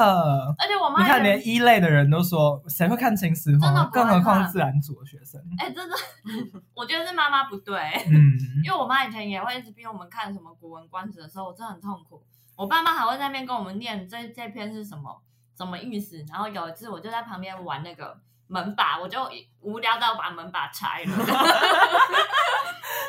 S3: 而且我妈
S2: 你看
S3: 也
S2: 连一类的人都说谁会看秦始
S3: 真的
S2: 皇，啊
S3: 不会
S2: 更何况
S3: 看
S2: 自然组的学生。
S3: 哎、真的，我觉得是妈妈不对，
S2: 嗯，
S3: 因为我妈以前也会一直逼我们看什么《古文观止》的时候，我真的很痛苦。我爸妈还会在那边跟我们念这这篇是什么什么意思，然后有一次我就在旁边玩那个门把，我就无聊到把门把拆了。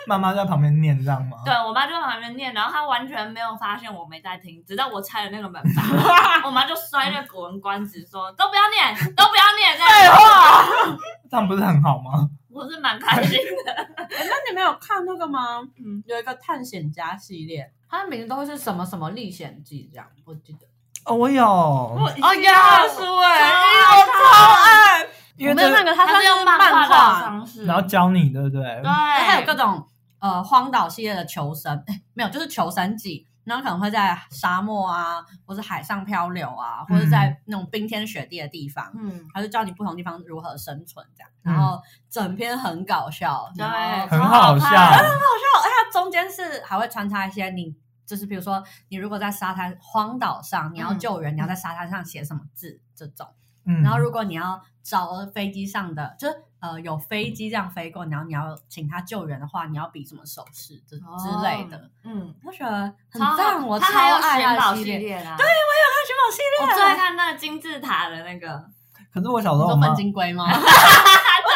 S2: 妈妈在旁边念这样吗？
S3: 对啊我妈就在旁边念，然后她完全没有发现我没在听，直到我拆了那个门把，我妈就摔那《古文观止》说都不要念，都不要念。废话，
S2: 这样不是很好吗？
S3: 我是蛮开心的。
S6: 那你没有看那个吗？
S3: 嗯
S6: 有一个探险家系列，它的名字都会是什么什么历险记这样，我记得。
S2: 哦，我有，
S3: 哦
S6: 呀，
S3: 书
S6: 哎
S3: 哎，我
S6: 爱，
S2: 因为
S6: 我没有
S2: 这
S6: 看过，它
S3: 它
S6: 算
S3: 是用
S6: 是
S3: 漫
S6: 漫
S3: 画的
S6: 画，
S3: 方式，
S2: 然后教你，对不对？
S3: 对，
S6: 哎它有各种呃荒岛系列的求生， 哎，没有，就是求生记。然后可能会在沙漠啊，或是海上漂流啊，或者在那种冰天雪地的地方，
S3: 嗯，
S6: 它就教你不同地方如何生存这样。
S2: 嗯
S6: 然后整篇很搞笑，
S3: 对
S6: 然后，
S2: 很
S3: 超好
S2: 好笑
S4: 哎
S3: 看
S6: 它中间是还会穿插一些你
S4: 就是比如说你如果在沙滩荒岛上，你要
S6: 嗯
S4: 救人，你要在沙滩上写什么字这种。
S2: 嗯，
S4: 然后如果你要找飞机上的，就是呃有飞机这样飞过，然后你要请他救人的话，你要比什么手势这
S3: 哦
S4: 之类的。
S3: 嗯，
S4: 我觉得很
S3: 超好
S4: 赞，我
S3: 他
S4: 超
S3: 还有
S4: 爱
S3: 寻
S4: 他
S3: 宝
S4: 的系列，
S3: 列啦，对我
S4: 他的寻宝系列，
S3: 最爱看那个金字塔的那个，
S2: 可是我小时
S4: 你
S2: 候我
S4: 说
S2: 妈
S4: 粪，金龟吗？
S3: 对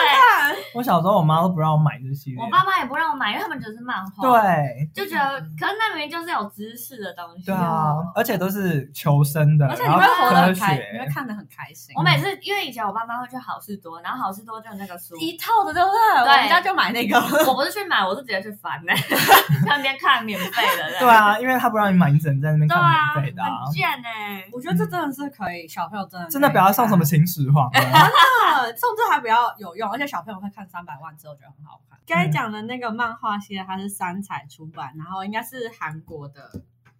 S2: 我小时候我妈都不让我买这系列
S3: 我，爸妈也不让我买，因为他们觉得是漫画，，
S4: 哎
S2: 对
S3: 就觉得，可是那明明就是有知识的东西，
S2: 对啊，而且都是求生的，
S4: 而且你
S2: 然后
S4: 会活得
S2: 科
S4: 很开，你
S2: 学
S4: 会，看得很开心。
S3: 我每次因为以前我爸妈会去好事多，然后好事多就有那个书，
S4: 一套的，对不对？我
S3: 对
S4: 们家就买那个。
S3: 我不是去买，我是直接去翻的，那边看免费的。
S2: 对，啊，因为他不让你买，你只能在那边
S3: 对啊，
S2: 看免费的啊，
S3: 很贱哎。
S4: 我觉得这真的是可以，小朋友真的
S2: 真的不要送什
S4: 哎
S2: 么秦始 皇啊，
S4: 么，送这还比较有用，而且小朋友会看三百万之后觉得很好看。刚才讲的那个漫画系列，它是三彩出版，然后应该是韩国的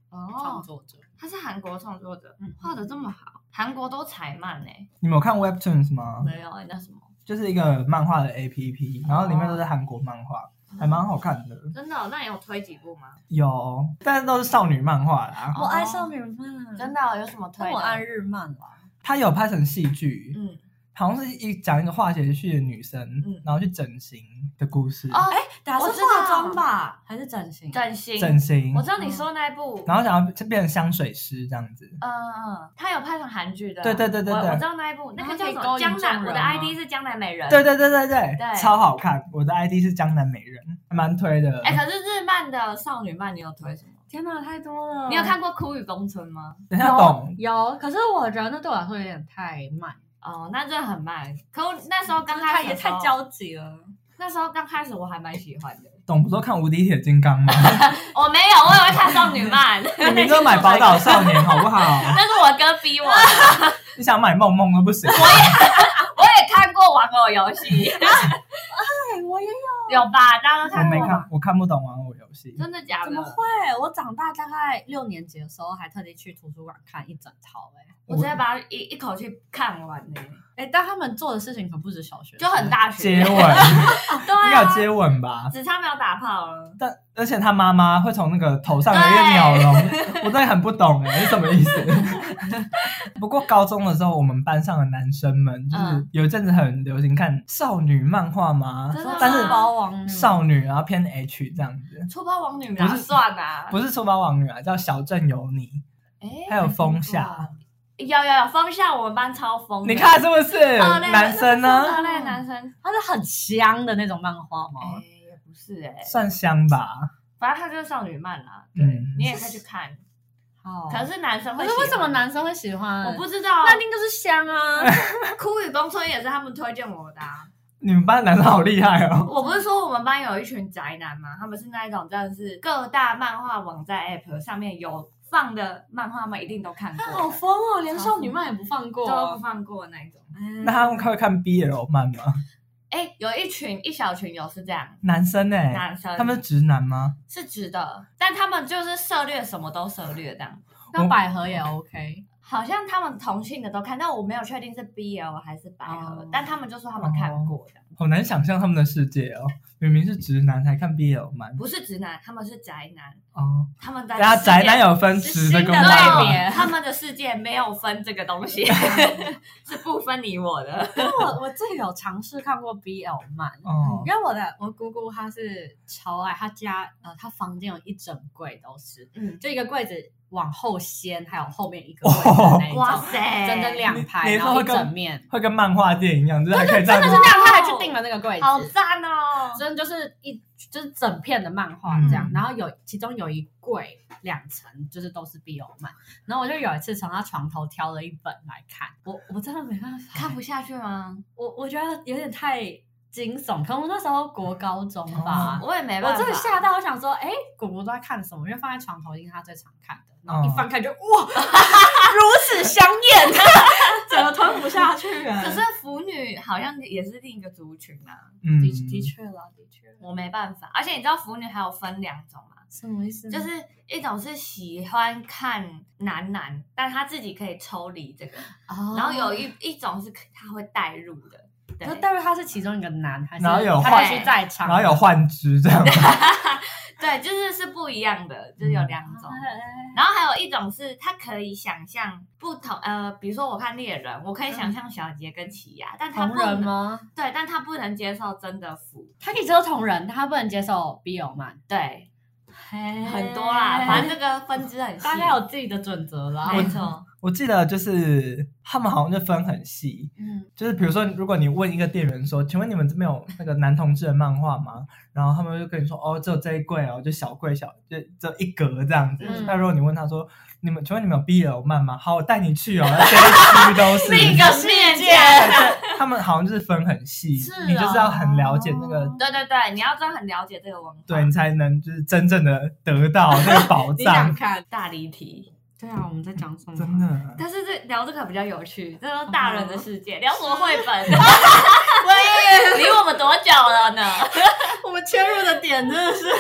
S4: 创
S3: 哦，
S4: 作者，
S3: 他是韩国创作者
S4: 嗯，
S3: 画的这么好，韩国都裁漫哎，
S2: 你们有看 Webtoons 吗？
S3: 没有哎那什么，
S2: 就是一个漫画的 APP，然后里面
S4: 哦
S2: 都是韩国漫画，还蛮好看的。
S3: 真的哦？那你有推几部吗？
S2: 有，但是都是少女漫画啦。
S4: 我爱少女漫，
S3: 真的哦有什么推
S4: 但
S3: 的？啊
S4: 我爱日漫啊啦。
S2: 它有拍成戏剧，
S3: 嗯
S2: 好像是一讲一个化学系的女生，
S3: 嗯
S2: 然后去整形的故事。
S3: 哦，
S4: 打
S3: 我
S4: 是
S3: 知道
S4: 化妆吧，还是整形？
S3: 整形，
S2: 整形
S3: 我，知道你说那一部，
S2: 然后想要变成香水师这样子。
S3: 嗯嗯，嗯他有拍成韩剧的，
S2: 对对对对
S3: 我
S2: 对
S3: 我知道那一部，那个叫什
S4: 然后
S3: 么？
S4: 可以勾引
S3: 江南，
S4: 众人
S3: 我的
S4: 吗
S3: ID 是江南美人，
S2: 对对对对对，
S3: 对
S2: 超好看。我的 ID 是江南美人，还蛮推的。
S3: 哎、可是日漫的少女漫，你有推什么？
S4: 天哪，太多了！
S3: 你有看过《苦雨逢春》吗？
S2: 等一下懂，
S4: 有，可是我觉得那对我来说有点太慢，
S3: 哦，那真的很慢。可我那时候刚开
S4: 太
S3: 始
S4: 也
S3: 的时候
S4: 太，焦急了。
S3: 那时候刚开始我还蛮喜欢的。
S2: 懂不都看《无敌铁金刚》 吗？
S3: 我没有，我也会看少女 漫，
S2: 你明知道买《宝岛少年》好不 好？
S3: 但是我哥 逼我的。
S2: 你想买梦梦都不行。啊
S3: 我也看过玩偶游 戏，
S4: 对，哎我也
S3: 有吧？大家都
S2: 我
S3: 看
S2: 哦没
S3: 过吧？
S2: 看，我看不懂玩偶游戏。
S3: 真的假
S4: 怎么
S3: 的？
S4: 会？我长大大概六年级的时候，还特地去图书馆看一整套、欸。
S3: 我直接把它一一口气看完呢、
S4: 哎、但他们做的事情可不止小学生，
S3: 就很大学，
S2: 接吻，
S3: 对
S2: 应该有
S3: 啊，
S2: 接吻吧？
S3: 只差没有打炮啊了。
S2: 但而且他妈妈会从那个头上有一个鸟笼，我真的很不懂哎，是什么意思？ 不过高中的时候，我们班上的男生们就是
S3: 嗯
S2: 有一阵子很流行看少女漫画嘛，
S3: 真的吗啊嗯
S2: 但是
S4: 是包王女
S2: 少女然后偏 H 这样子，
S3: 粗暴王女
S2: 不
S3: 哪
S2: 是
S3: 算啊？
S2: 不是《出包王女》啊，叫《小镇有你》，
S3: 哎、
S2: 还有风
S3: 啊
S2: 夏，
S3: 有有有风夏，我们班超疯的。
S2: 你看是不是？
S3: 哦那个
S2: 男生呢
S3: 那个那个男生，
S4: 它是很香的那种漫画吗？
S2: 哦
S3: 哎，也不是哎，
S2: 算香吧？
S3: 反正他就是少女漫啦。
S2: 嗯
S3: 对，你也可以去看。
S4: 好，
S3: 可是男生
S4: 可
S3: 会，
S4: 是为什么？男生会喜欢？
S3: 我不，知道。
S4: 那一定就是香啊！
S3: 苦雨风春也是他们推荐我的啊。
S2: 你们班男生好厉害哦！
S3: 我不是说我们班有一群宅男吗？他们是那一种真的是各大漫画网站 app 上面有放的漫画，他们一定都看
S4: 好
S3: 过，
S4: 疯哦，连少女漫也不放过。啊哎
S3: 都不放过那一种。
S2: 那他们会看 BL 漫吗？
S3: 哎，有一群一小群有是这样，
S2: 男生呢、
S4: 哎
S3: 男生
S2: 他们是直男吗？
S3: 是直的，但他们就是涉猎什么都涉猎这样。
S4: 那百合也 OK，
S3: 好像他们同性的都看，但我没有确定是 BL 还是百合，
S4: 哦
S3: 但他们就说他们看过的，
S2: 好难想象他们的世界哦，明明是直男才看 BL 漫
S3: 不是直男，他们是宅男，
S2: 哦，
S3: 他们在
S4: 啊
S2: 然后宅男有分
S4: 是
S2: 直的
S4: 新
S2: 跟
S4: 的
S2: 歪
S4: 类
S2: 的
S4: 别
S3: 对，他们的世界没有分这个 东西，是不分你我的。
S4: 因为我我自己有尝试看过 BL 漫，
S2: 哦，
S4: 因为我的我姑姑她是超爱，她家呃她房间有一整柜都是，
S3: 嗯，
S4: 就一个柜子往后掀，还有后面一个柜子那一种，
S3: 哇塞，
S4: 整整两
S2: 你
S4: 排，
S2: 你
S4: 然后
S2: 说
S4: 一
S2: 跟
S4: 整面。
S2: 会跟漫画店一样，就是还可以这样
S4: 就是
S2: 子
S4: 这样，他还去订了那个柜
S3: 好
S4: 子，
S3: 赞哦！
S4: 真的就是一就是整片的漫画
S3: 嗯
S4: 这样。然后有其中有一柜两层就是都是 BL 漫，然后我就有一次从他床头挑了一本来看，我我真的没办法，
S3: 看不下去吗？
S4: 我我觉得有点太惊悚，可能我那时候国高中吧，
S3: 哦我也没办
S4: 我
S3: 法，
S4: 真的吓到，我想说，哎、果果都在看什么？因为放在床头，一定是他最常看的。然后
S3: 嗯
S4: 一翻开就、哇， 如此香艳， 整个吞不下去了。嗯
S3: 可是腐女好像也是另一个族群啊，
S2: 嗯，
S4: 的的确啦，的确，
S3: 我没办法。而且你知道腐女还有分两种吗？
S4: 什么意思
S3: 就是一种是喜欢看男男，但他自己可以抽离这个，
S4: 哦
S3: 然后有一一种是他会带入的，对
S4: 就，但是他是其中一个男，还是
S2: 然后有
S4: 他必须在场，
S2: 然后有幻肢这样，
S3: 对，就是是不一样的，就是
S4: 嗯
S3: 有两种。
S4: 哎
S3: 然后还有一种是他可以想象不同，呃，比如说我看猎人，我可以想象小杰跟奇亚，但他
S4: 嗯同
S3: 不
S4: 人
S3: 能
S4: 吗？
S3: 对，但他不能接受真的腐，
S4: 他可以接受同人，他不能接受 BL 漫，
S3: 对，
S4: 很
S3: 很多啦，反正这个分支很细，
S4: 哎大家有自己的准则啦。
S3: 没错，
S2: 我记得就是他们好像就分很细，
S4: 嗯，
S2: 就是比如说，如果你问一个店员说：“请问你们这边有那个男同志的漫画吗？”然后他们就跟你说：“哦，只有这一柜哦，就小柜小，就只有一格这样子。
S4: 嗯
S2: 那如果你问他说：“你们请问你们有 BL 漫吗？”好，我带你去哦，然后这一区都 是。
S3: 另一个世界。
S2: 他们好像就是分很细，
S4: 是
S3: 啊
S4: 哦
S2: 你就是要很了解那个，
S3: 对对对，你要真的很了解这个文化。
S2: 对你才能就是真正的得到那个 宝
S4: 你想
S2: 藏。
S4: 看？
S3: 大离题，
S4: 对啊，我们在讲什么？
S2: 真，的，
S3: 但是这聊这个比较有趣，这都大人的世 界，聊什么绘本？离我们多久了呢？
S4: 我们切入的点真的是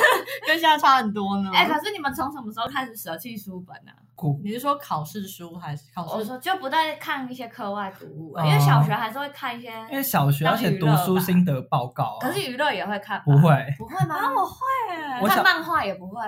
S4: 跟现在差很多呢。
S3: 哎、可是你们从什么时候开始舍弃书本啊呢、
S2: 酷
S4: 你是说考试书还是考
S3: 我
S4: 试？
S3: 说就不再看一些课外读物、
S2: 哦
S3: 因为小学还是会看一些，
S2: 因为小学要写读书心得报告、啊，
S3: 可是娱乐也会看吧，
S2: 不会。
S3: 不会吗？啊，我会
S2: 我小
S3: 看漫画也不会，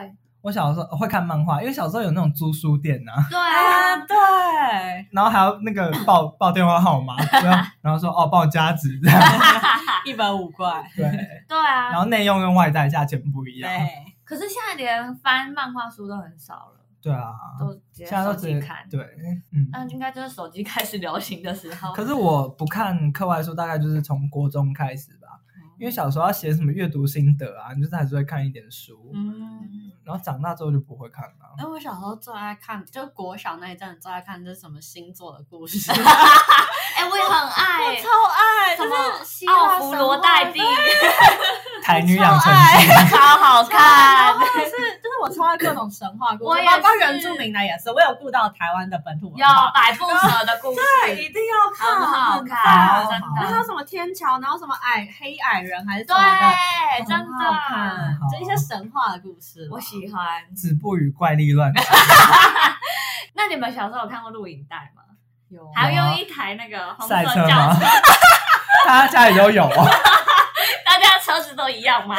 S2: 我小时候会看漫画，因为小时候有那种租书店呐、啊，
S3: 对啊，
S4: 对，
S2: 然后还要那个 报报电话号码，然后然后说哦报家值这样，
S4: 一本五块。
S2: 对，
S3: 对啊，
S2: 然后内用跟外在价钱不一样，
S4: 对，
S3: 可是现在连翻漫画书都很少了，
S2: 对啊，
S3: 都直接
S2: 现在都
S3: 手
S2: 直
S3: 机
S2: 接
S3: 看。
S2: 对，嗯。
S3: 那应该就是手机开始流行的时候。
S2: 可是我不看课外书，大概就是从国中开始吧，因为小时候要写什么阅读心得啊，你就是还是会看一点书，
S4: 嗯。
S2: 然后长大之后就不会看了、
S4: 哎，我小时候最爱看，就国小那一阵最爱看，就是什么星座的故事，
S3: 哎、我也很爱
S4: 超爱，
S3: 什
S4: 就是希
S3: 么
S4: 腊
S3: 奥弗罗戴蒂，
S2: 台女养成记，
S3: 超好 看。
S4: 神话，啊就是就是我超爱各种神话故
S3: 我
S4: 事，
S3: 也
S4: 包括
S3: 是
S4: 原住民的也是，我有顾到台湾的本土文
S3: 有
S4: 化，
S3: 百步蛇的故事，
S4: 一定要
S3: 很好
S4: 棒
S3: 看，啊真
S4: 哦然后还有
S3: 的。
S4: 什么天桥，然后什么矮黑矮人还是什么的，
S3: 对，真
S4: 很好
S3: 的，
S4: 看，就一些神话的故事。
S3: 我喜欢。
S2: 子不语怪力乱神，
S3: 那你们小时候有看过录影带吗？
S4: 有
S3: 还用一台那个红
S2: 赛
S3: 色
S2: 车
S3: 轿
S2: 吗
S3: 车，？
S2: 大家家里都有哦，
S3: 大家车子都一样吗？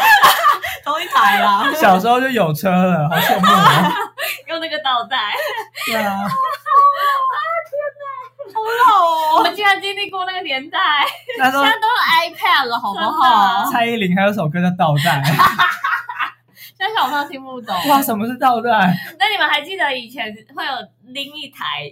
S4: 同一台啦，
S2: 小时候就有车了，好羡慕哦。
S3: 用那个倒带，
S2: 对啊，
S3: 我们竟然经历过那个年代，
S2: 那时候
S4: 都是 iPad 了，好不
S3: 真
S4: 好？
S2: 蔡依林还有首歌叫《倒带》，
S4: 现在小朋友听不懂，
S2: 哇，什么是倒带？
S3: 那你们还记得以前会有拎一台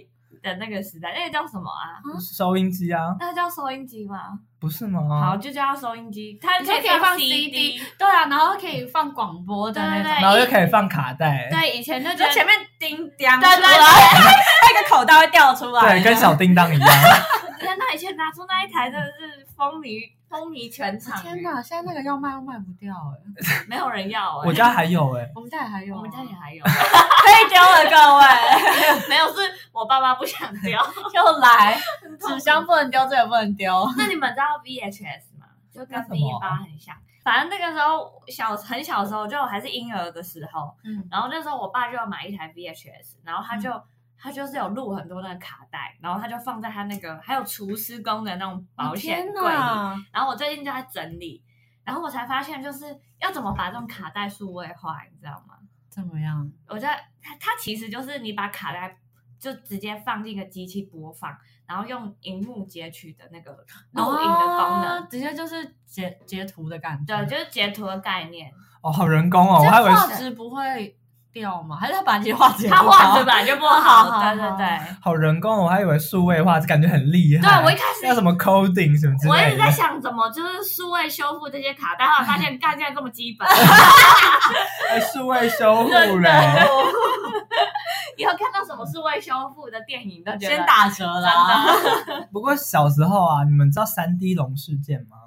S3: 的那个时代，那个叫什么啊？
S2: 收音机啊，
S3: 那个叫收音机吗？
S2: 不是
S3: 好，
S2: 吗？
S3: 就叫它收音机，它
S4: 你
S3: 可
S4: 说可以
S3: 以
S4: 放
S3: CD。
S4: 对啊，然后可以放广播的那
S3: 对
S4: 种，
S2: 然后就可以放卡带，
S3: 对，以前就觉得
S4: 面叮当
S3: 对对
S4: 那个口袋会掉出来，
S2: 对，跟小叮当一样。
S3: 对，天哪！以前拿出那一台真的是风靡风靡全
S6: 哦
S3: 场，
S4: 天哪，现在那个要卖又卖不掉哎，
S3: 没有人要哎。
S2: 我家还有哎，
S4: 我们家也还有啊，
S3: 我们家也还有，
S4: 可以丢了，各位
S3: 没有是我爸妈不想 丢。
S4: 又来，
S3: 痛
S4: 纸箱不能丢，这也不能丢，
S3: 那你们知道 VHS 吗？就跟
S2: 那什么
S3: V 八很像。反正那个时候小很小的时候，就我还是婴儿的时候，
S4: 嗯，
S3: 然后那时候我爸就要买一台 VHS，然后他就、他就是有录很多那个卡带，然后他就放在他那个还有除湿工的那种
S6: 哦
S3: 保险柜里。
S4: 哪，
S3: 然后我最近就在整理，然后我才发现就是要怎么把这种卡带数位化，你知道吗？
S4: 怎么样？
S3: 我觉得它它其实就是你把卡带就直接放进一个机器播放，然后用荧幕截取的那个录影的功能。
S4: 啊直接就是截截图的感觉，
S3: 对，就是截图的概 念，
S2: 哦，好人工哦，我还以为
S4: 画
S2: 是
S4: 质不会掉吗？还是他把你画质
S3: 它画质
S4: 吧？
S3: 本来就不
S4: 好好
S3: 好，对
S4: 好
S3: 对对。
S2: 好人工哦，我还以为数位化，感觉很厉害。
S3: 对我一开始
S2: 要什么 coding 什么之
S3: 我一
S2: 类
S3: 直在
S2: 的。
S3: 想怎么就是数位修复这些卡带，后来发现干现在这么基本，
S2: 哎，数位修护嘞，
S3: 以后看到什么数位修复的电影都觉得
S4: 先打啊折啦，
S3: 真的
S2: 不过小时候啊，你们知道三 D 龙事件吗？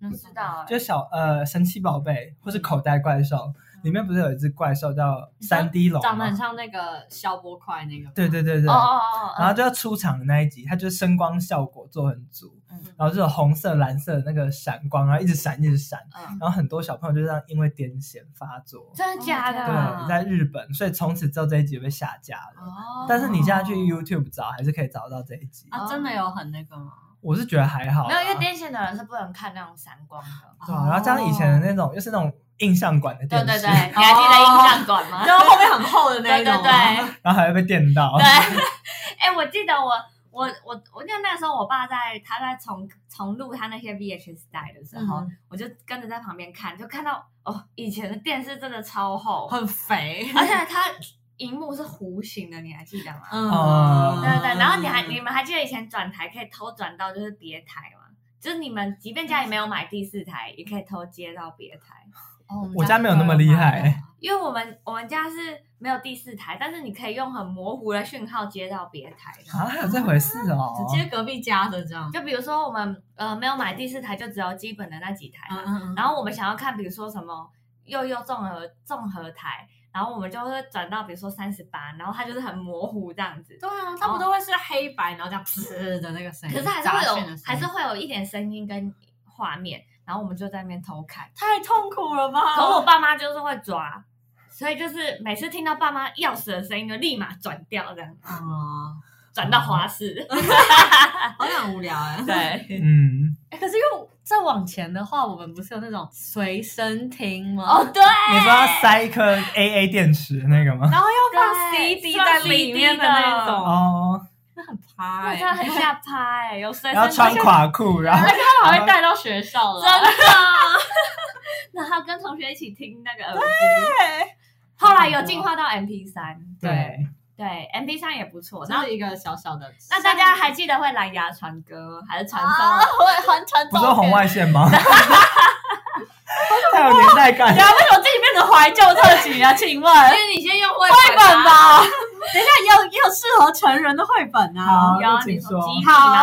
S3: 不知道欸
S2: 就小呃神奇宝贝或是口袋怪兽里面不是有一只怪兽叫三 D 龙
S4: 长得很
S2: 吗？
S4: 像那个消波块那个吗，
S2: 对对对对。
S3: 哦哦哦
S2: 然
S3: 哦
S2: 后就要出场的那一集，它就是声光效果做很足，
S3: 嗯
S2: 然后就有红色、蓝色的那个闪光，然后一直闪一直闪，
S3: 嗯，
S2: 然后很多小朋友就这样因为癫痫发作。
S3: 真的假
S4: 哦
S3: 的？
S4: 啊
S2: 对，在日本，所以从此之后这一集被下架了。
S3: 哦
S2: 但是你现在去 YouTube 找，还是可以找到这一集。
S4: 哦 啊，真的有很那个吗？
S2: 我是觉得还好啊，
S3: 没有，因为癫痫的人是不能看那种闪光的。
S2: 对啊，然后加上以前的那种，又是那种印象馆的电
S3: 对
S2: 视，
S3: 对对，你还记得印象馆吗？
S4: 哦
S6: 然后后面很厚的那
S3: 对
S6: 一
S3: 对
S4: 啊
S6: 种，
S3: 对，对。
S2: 然后还会被电到，
S3: 哎、我记得我我我我记得那时候我爸在他在重重录他那些 VHS 带的时候，我就跟着在旁边看，就看到哦，以前的电视真的 超厚，
S6: 很肥，
S3: 而且它荧幕是弧形的，你还记得吗？
S4: 嗯
S2: 哦
S3: 对对对，然后你还你们还记得以前转台可以偷转到就是别台吗？就是你们即便家里没有买第四台，也可以偷接到别台，
S6: 哦
S2: 我家没有那么厉害，
S3: 因为我们我们家是没有第四台，但是你可以用很模糊的讯号接到别台 的。
S2: 啊，还有这回事哦，
S6: 直接隔壁家的这样，
S3: 就比如说我们呃没有买第四台，就只有基本的那几台嘛。
S6: 嗯
S3: 然后我们想要看，比如说什么幼幼综合综合台，然后我们就会转到比如说三十八，然后它就是很模糊这样子。
S6: 对啊， 他们都会是黑白，然后这样
S4: 呃
S6: 呲的那个声音，
S3: 可是还是会
S6: 杂讯
S3: 有
S6: 的声音
S3: 还是会有一点声音跟画面，然后我们就在那边偷看。
S6: 太痛苦了吧？
S3: 可我爸妈就是会抓，所以就是每次听到爸妈钥匙的声音，就立马转掉，这样
S6: 啊，
S4: 嗯
S3: 转到花市。
S6: 好像无聊哎、
S4: 啊
S3: 对，
S2: 嗯，
S4: 欸可是又再往前的话，我们不是有那种随身听吗？
S3: 哦对，
S2: 你说要塞一颗 AA 电池的那个吗？
S6: 然后要放
S3: 对
S6: CD
S3: 放
S6: 在里
S3: CD
S6: 面的那
S3: 的
S6: 种，
S2: 哦，
S6: 趴
S4: 哎
S3: 那真的很下趴哎、有随
S2: 然后
S3: 身
S2: 穿垮裤，然后
S4: 他还会带到学校
S3: 真
S4: 了。
S3: 的。然后跟同学一起听那个耳机，
S6: 对，
S3: 后来有进化到 MP 三，
S2: 对，
S3: 对 MP 三也不错。然
S4: 然
S3: 后
S4: 后一个小小的，
S3: 那大家还记得会蓝牙传歌还是传送？
S6: 会很传
S2: 不是红外线吗？太有年代感，
S4: 为 什么自己变成怀旧特辑啊？请问
S3: 因为你先用绘啊
S6: 绘本，吧？等一下，也有也有适合成人的绘本啊
S2: 好。
S3: 有啊
S2: 请
S3: 你说
S2: 说
S3: 吉米吗？
S4: 哎，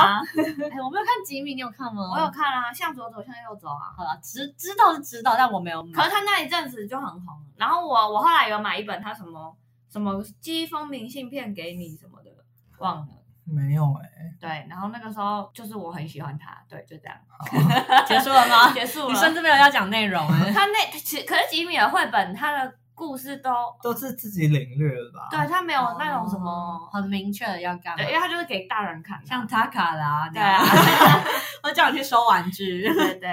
S4: 我没有看吉米，你有看吗？
S3: 啊我有。看啊，向左走向右走啊。
S4: 好了，知知道是知道，但我没有
S3: 可
S4: 买。
S3: 是他那一阵子就很红，然后我我后来有买一本他什么什么寄一封明信片给你什么的，忘了。
S2: 没有哎，
S3: 对，然后那个时候就是我很喜欢他，对，就这样
S4: 结束了
S6: 啊
S4: 吗？
S3: 结束
S4: 你
S3: 了
S4: 甚。至没有要讲内容哎。
S3: 他那其可是吉米的绘本，他的故事都
S2: 都是自己领略的吧？
S3: 对他没有那种什么，
S4: 很明确的要干嘛
S3: 对，因？为他就是给大人看的。
S6: 像塔卡啦，
S3: 对啊，
S6: 我叫你去收玩具。
S3: 对对，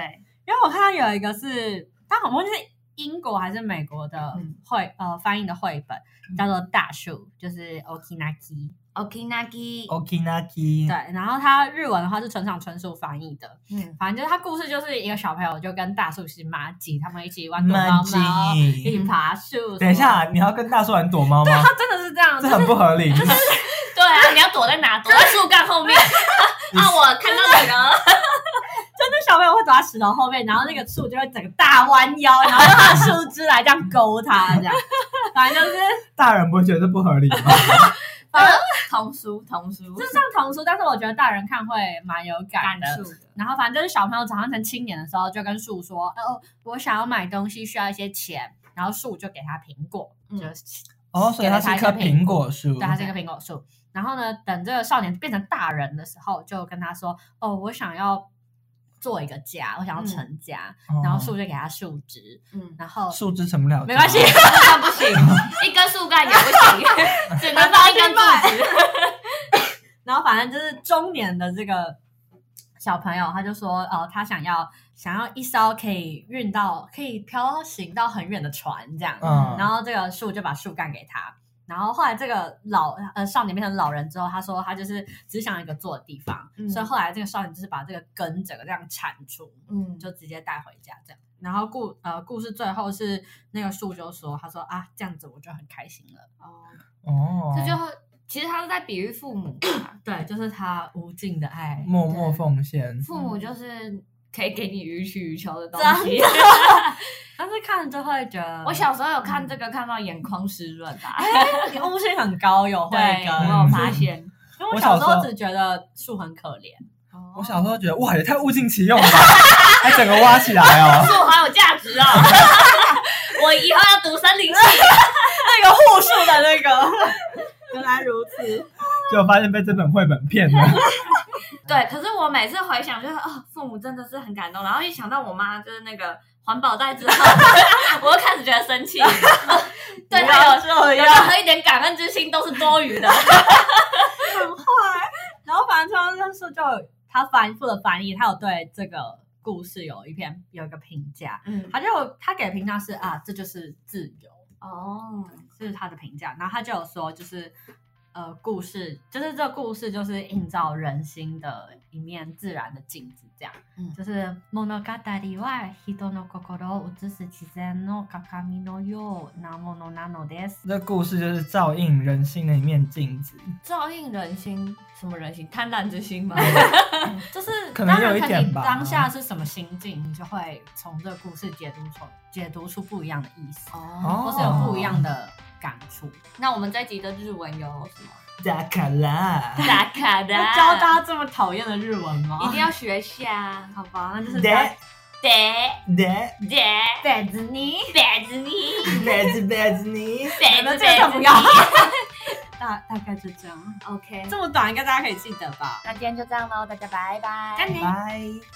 S6: 因为我看到有一个是，但好像是英国还是美国的
S3: 嗯
S6: 绘、呃翻译的绘本，
S3: 嗯
S6: 叫做《大树》，就是 Okinaki。
S3: Okinaki，
S2: Okinaki，
S6: 对，然后它日文的话是村上春树翻译的，
S3: 嗯，
S6: 反正就是它故事就是一个小朋友就跟大树是马吉他们一起玩躲猫
S2: 慢
S6: 猫，一
S2: 进。
S6: 起爬树。
S2: 等一，下，你要跟大树玩躲猫吗？
S6: 它啊真的是这样，
S2: 这
S6: 就
S2: 很
S6: 是
S2: 不合理。
S3: 对啊，你要躲在哪？躲在树干后面。啊，我看到你了。
S6: 那小朋友会躲在石头后面，然后那个树就会整个大弯腰，然后用它的树枝来这样勾它，这样，反正就是
S2: 大人不会觉得这不合理 吗？
S3: 童书，童书，
S6: 就是像童书，但是我觉得大人看会蛮有感
S3: 感
S6: 的。
S3: 触的。
S6: 然后反正就是小朋友长大成青年的时候，就跟树说：“哦，我想要买东西，需要一些钱。”然后树就给他苹果，
S3: 嗯
S6: 就是
S2: 哦，所以它是一棵苹果树
S6: 对，。它是一个苹果树。然后呢，等这个少年变成大人的时候，就跟他说：“哦，我想要做一个家，我想要成家。
S2: 哦
S6: 然后树就给他树枝，
S3: 嗯，
S6: 然后
S2: 树枝成不了，
S6: 没关系，
S3: 那不行，一根树干也不 行，只能放一根柱子。
S6: 然后反正就是中年的这个小朋友，他就说，呃，他想要想要一艘可以运到可以漂行到很远的船这样，
S2: 嗯
S6: 然后这个树就把树干给他。然后后来这个老呃少年变成老人之后，他说他就是只想要一个坐的地方，
S3: 嗯
S6: 所以后来这个少年就是把这个根整个这样铲除，
S3: 嗯，
S6: 就直接带回家这样。然后故呃故事最后是那个树就说，他说啊这样子我就很开心了，
S2: 哦，
S3: 这就其实他是在比喻父母吧，
S6: 对，就是他无尽的爱，
S2: 默默奉
S6: 哦
S2: 献。
S3: 父母就是可以给你予取予求的东西
S6: 真。但是看了就会觉得
S3: 我小时候有看这个，看到眼眶湿润啊。
S6: 你悟性很高，有慧
S3: 对，
S6: 根。
S3: 我有发现。
S6: 因为
S2: 我
S6: 我
S2: 小
S6: 小
S2: 时
S6: 时
S2: 候
S6: 候只觉得树很可怜，
S2: 我小时候觉得哇，也太物尽其用了吧，还整个挖起来哦。
S3: 树好有价值哦！我以后要读森林系。
S6: 那个护树的那个， 原来如此。
S2: 结果发现被这本绘本骗了。
S3: 对，可是我每次回想，就是哦，父母真的是很感动。然后一想到我妈就是那个环保袋之后，我又开始觉得生气。对
S6: 不
S3: 她
S6: 要
S3: 有
S6: 这
S3: 有任何一点感恩之心都是多余的。
S6: 然后反正就是树就有。他翻负责翻译，他有对这个故事有一篇有一个评价，
S3: 嗯，
S6: 他就他给的评价是啊，这就是自由，
S3: 哦，
S6: 这是他的评价。然后他就有说，就是呃，故事就是这故事就是映照人心的一面自然的镜子，这样。
S3: 嗯
S6: 就是物語は人の心を映す自然の鏡のようなものなのです。
S2: 这故事就是照映人性的一面镜子，
S3: 照应人心，什么人心？贪婪之心吗？
S6: 就是
S2: 可能
S6: 当然
S2: 有一
S6: 看
S2: 点
S6: 你
S2: 吧
S6: 当下是什么心境，你就会从这个故事解读出解读出不一样的意思，
S3: 哦
S6: 或是有不一样的感触。
S3: 那我们这集的日文有什么？
S2: 打卡啦，
S3: 打卡的，
S6: 要教大家这么讨厌的日文吗？
S3: 一定要学一下。
S6: 好吧，那就是
S2: 得
S3: 得
S2: 得
S3: 得
S6: 崽子你。
S3: 得子你，
S2: 白子白 子你，
S3: 得子
S6: 那这个
S3: 得
S6: 就
S3: 子
S6: 不
S3: 你
S6: 要。大大概就这样，
S3: OK，
S6: 这么短应该大家可以记得吧？
S1: 那今天就这样喽，大家拜拜。
S6: 干你！
S2: 拜。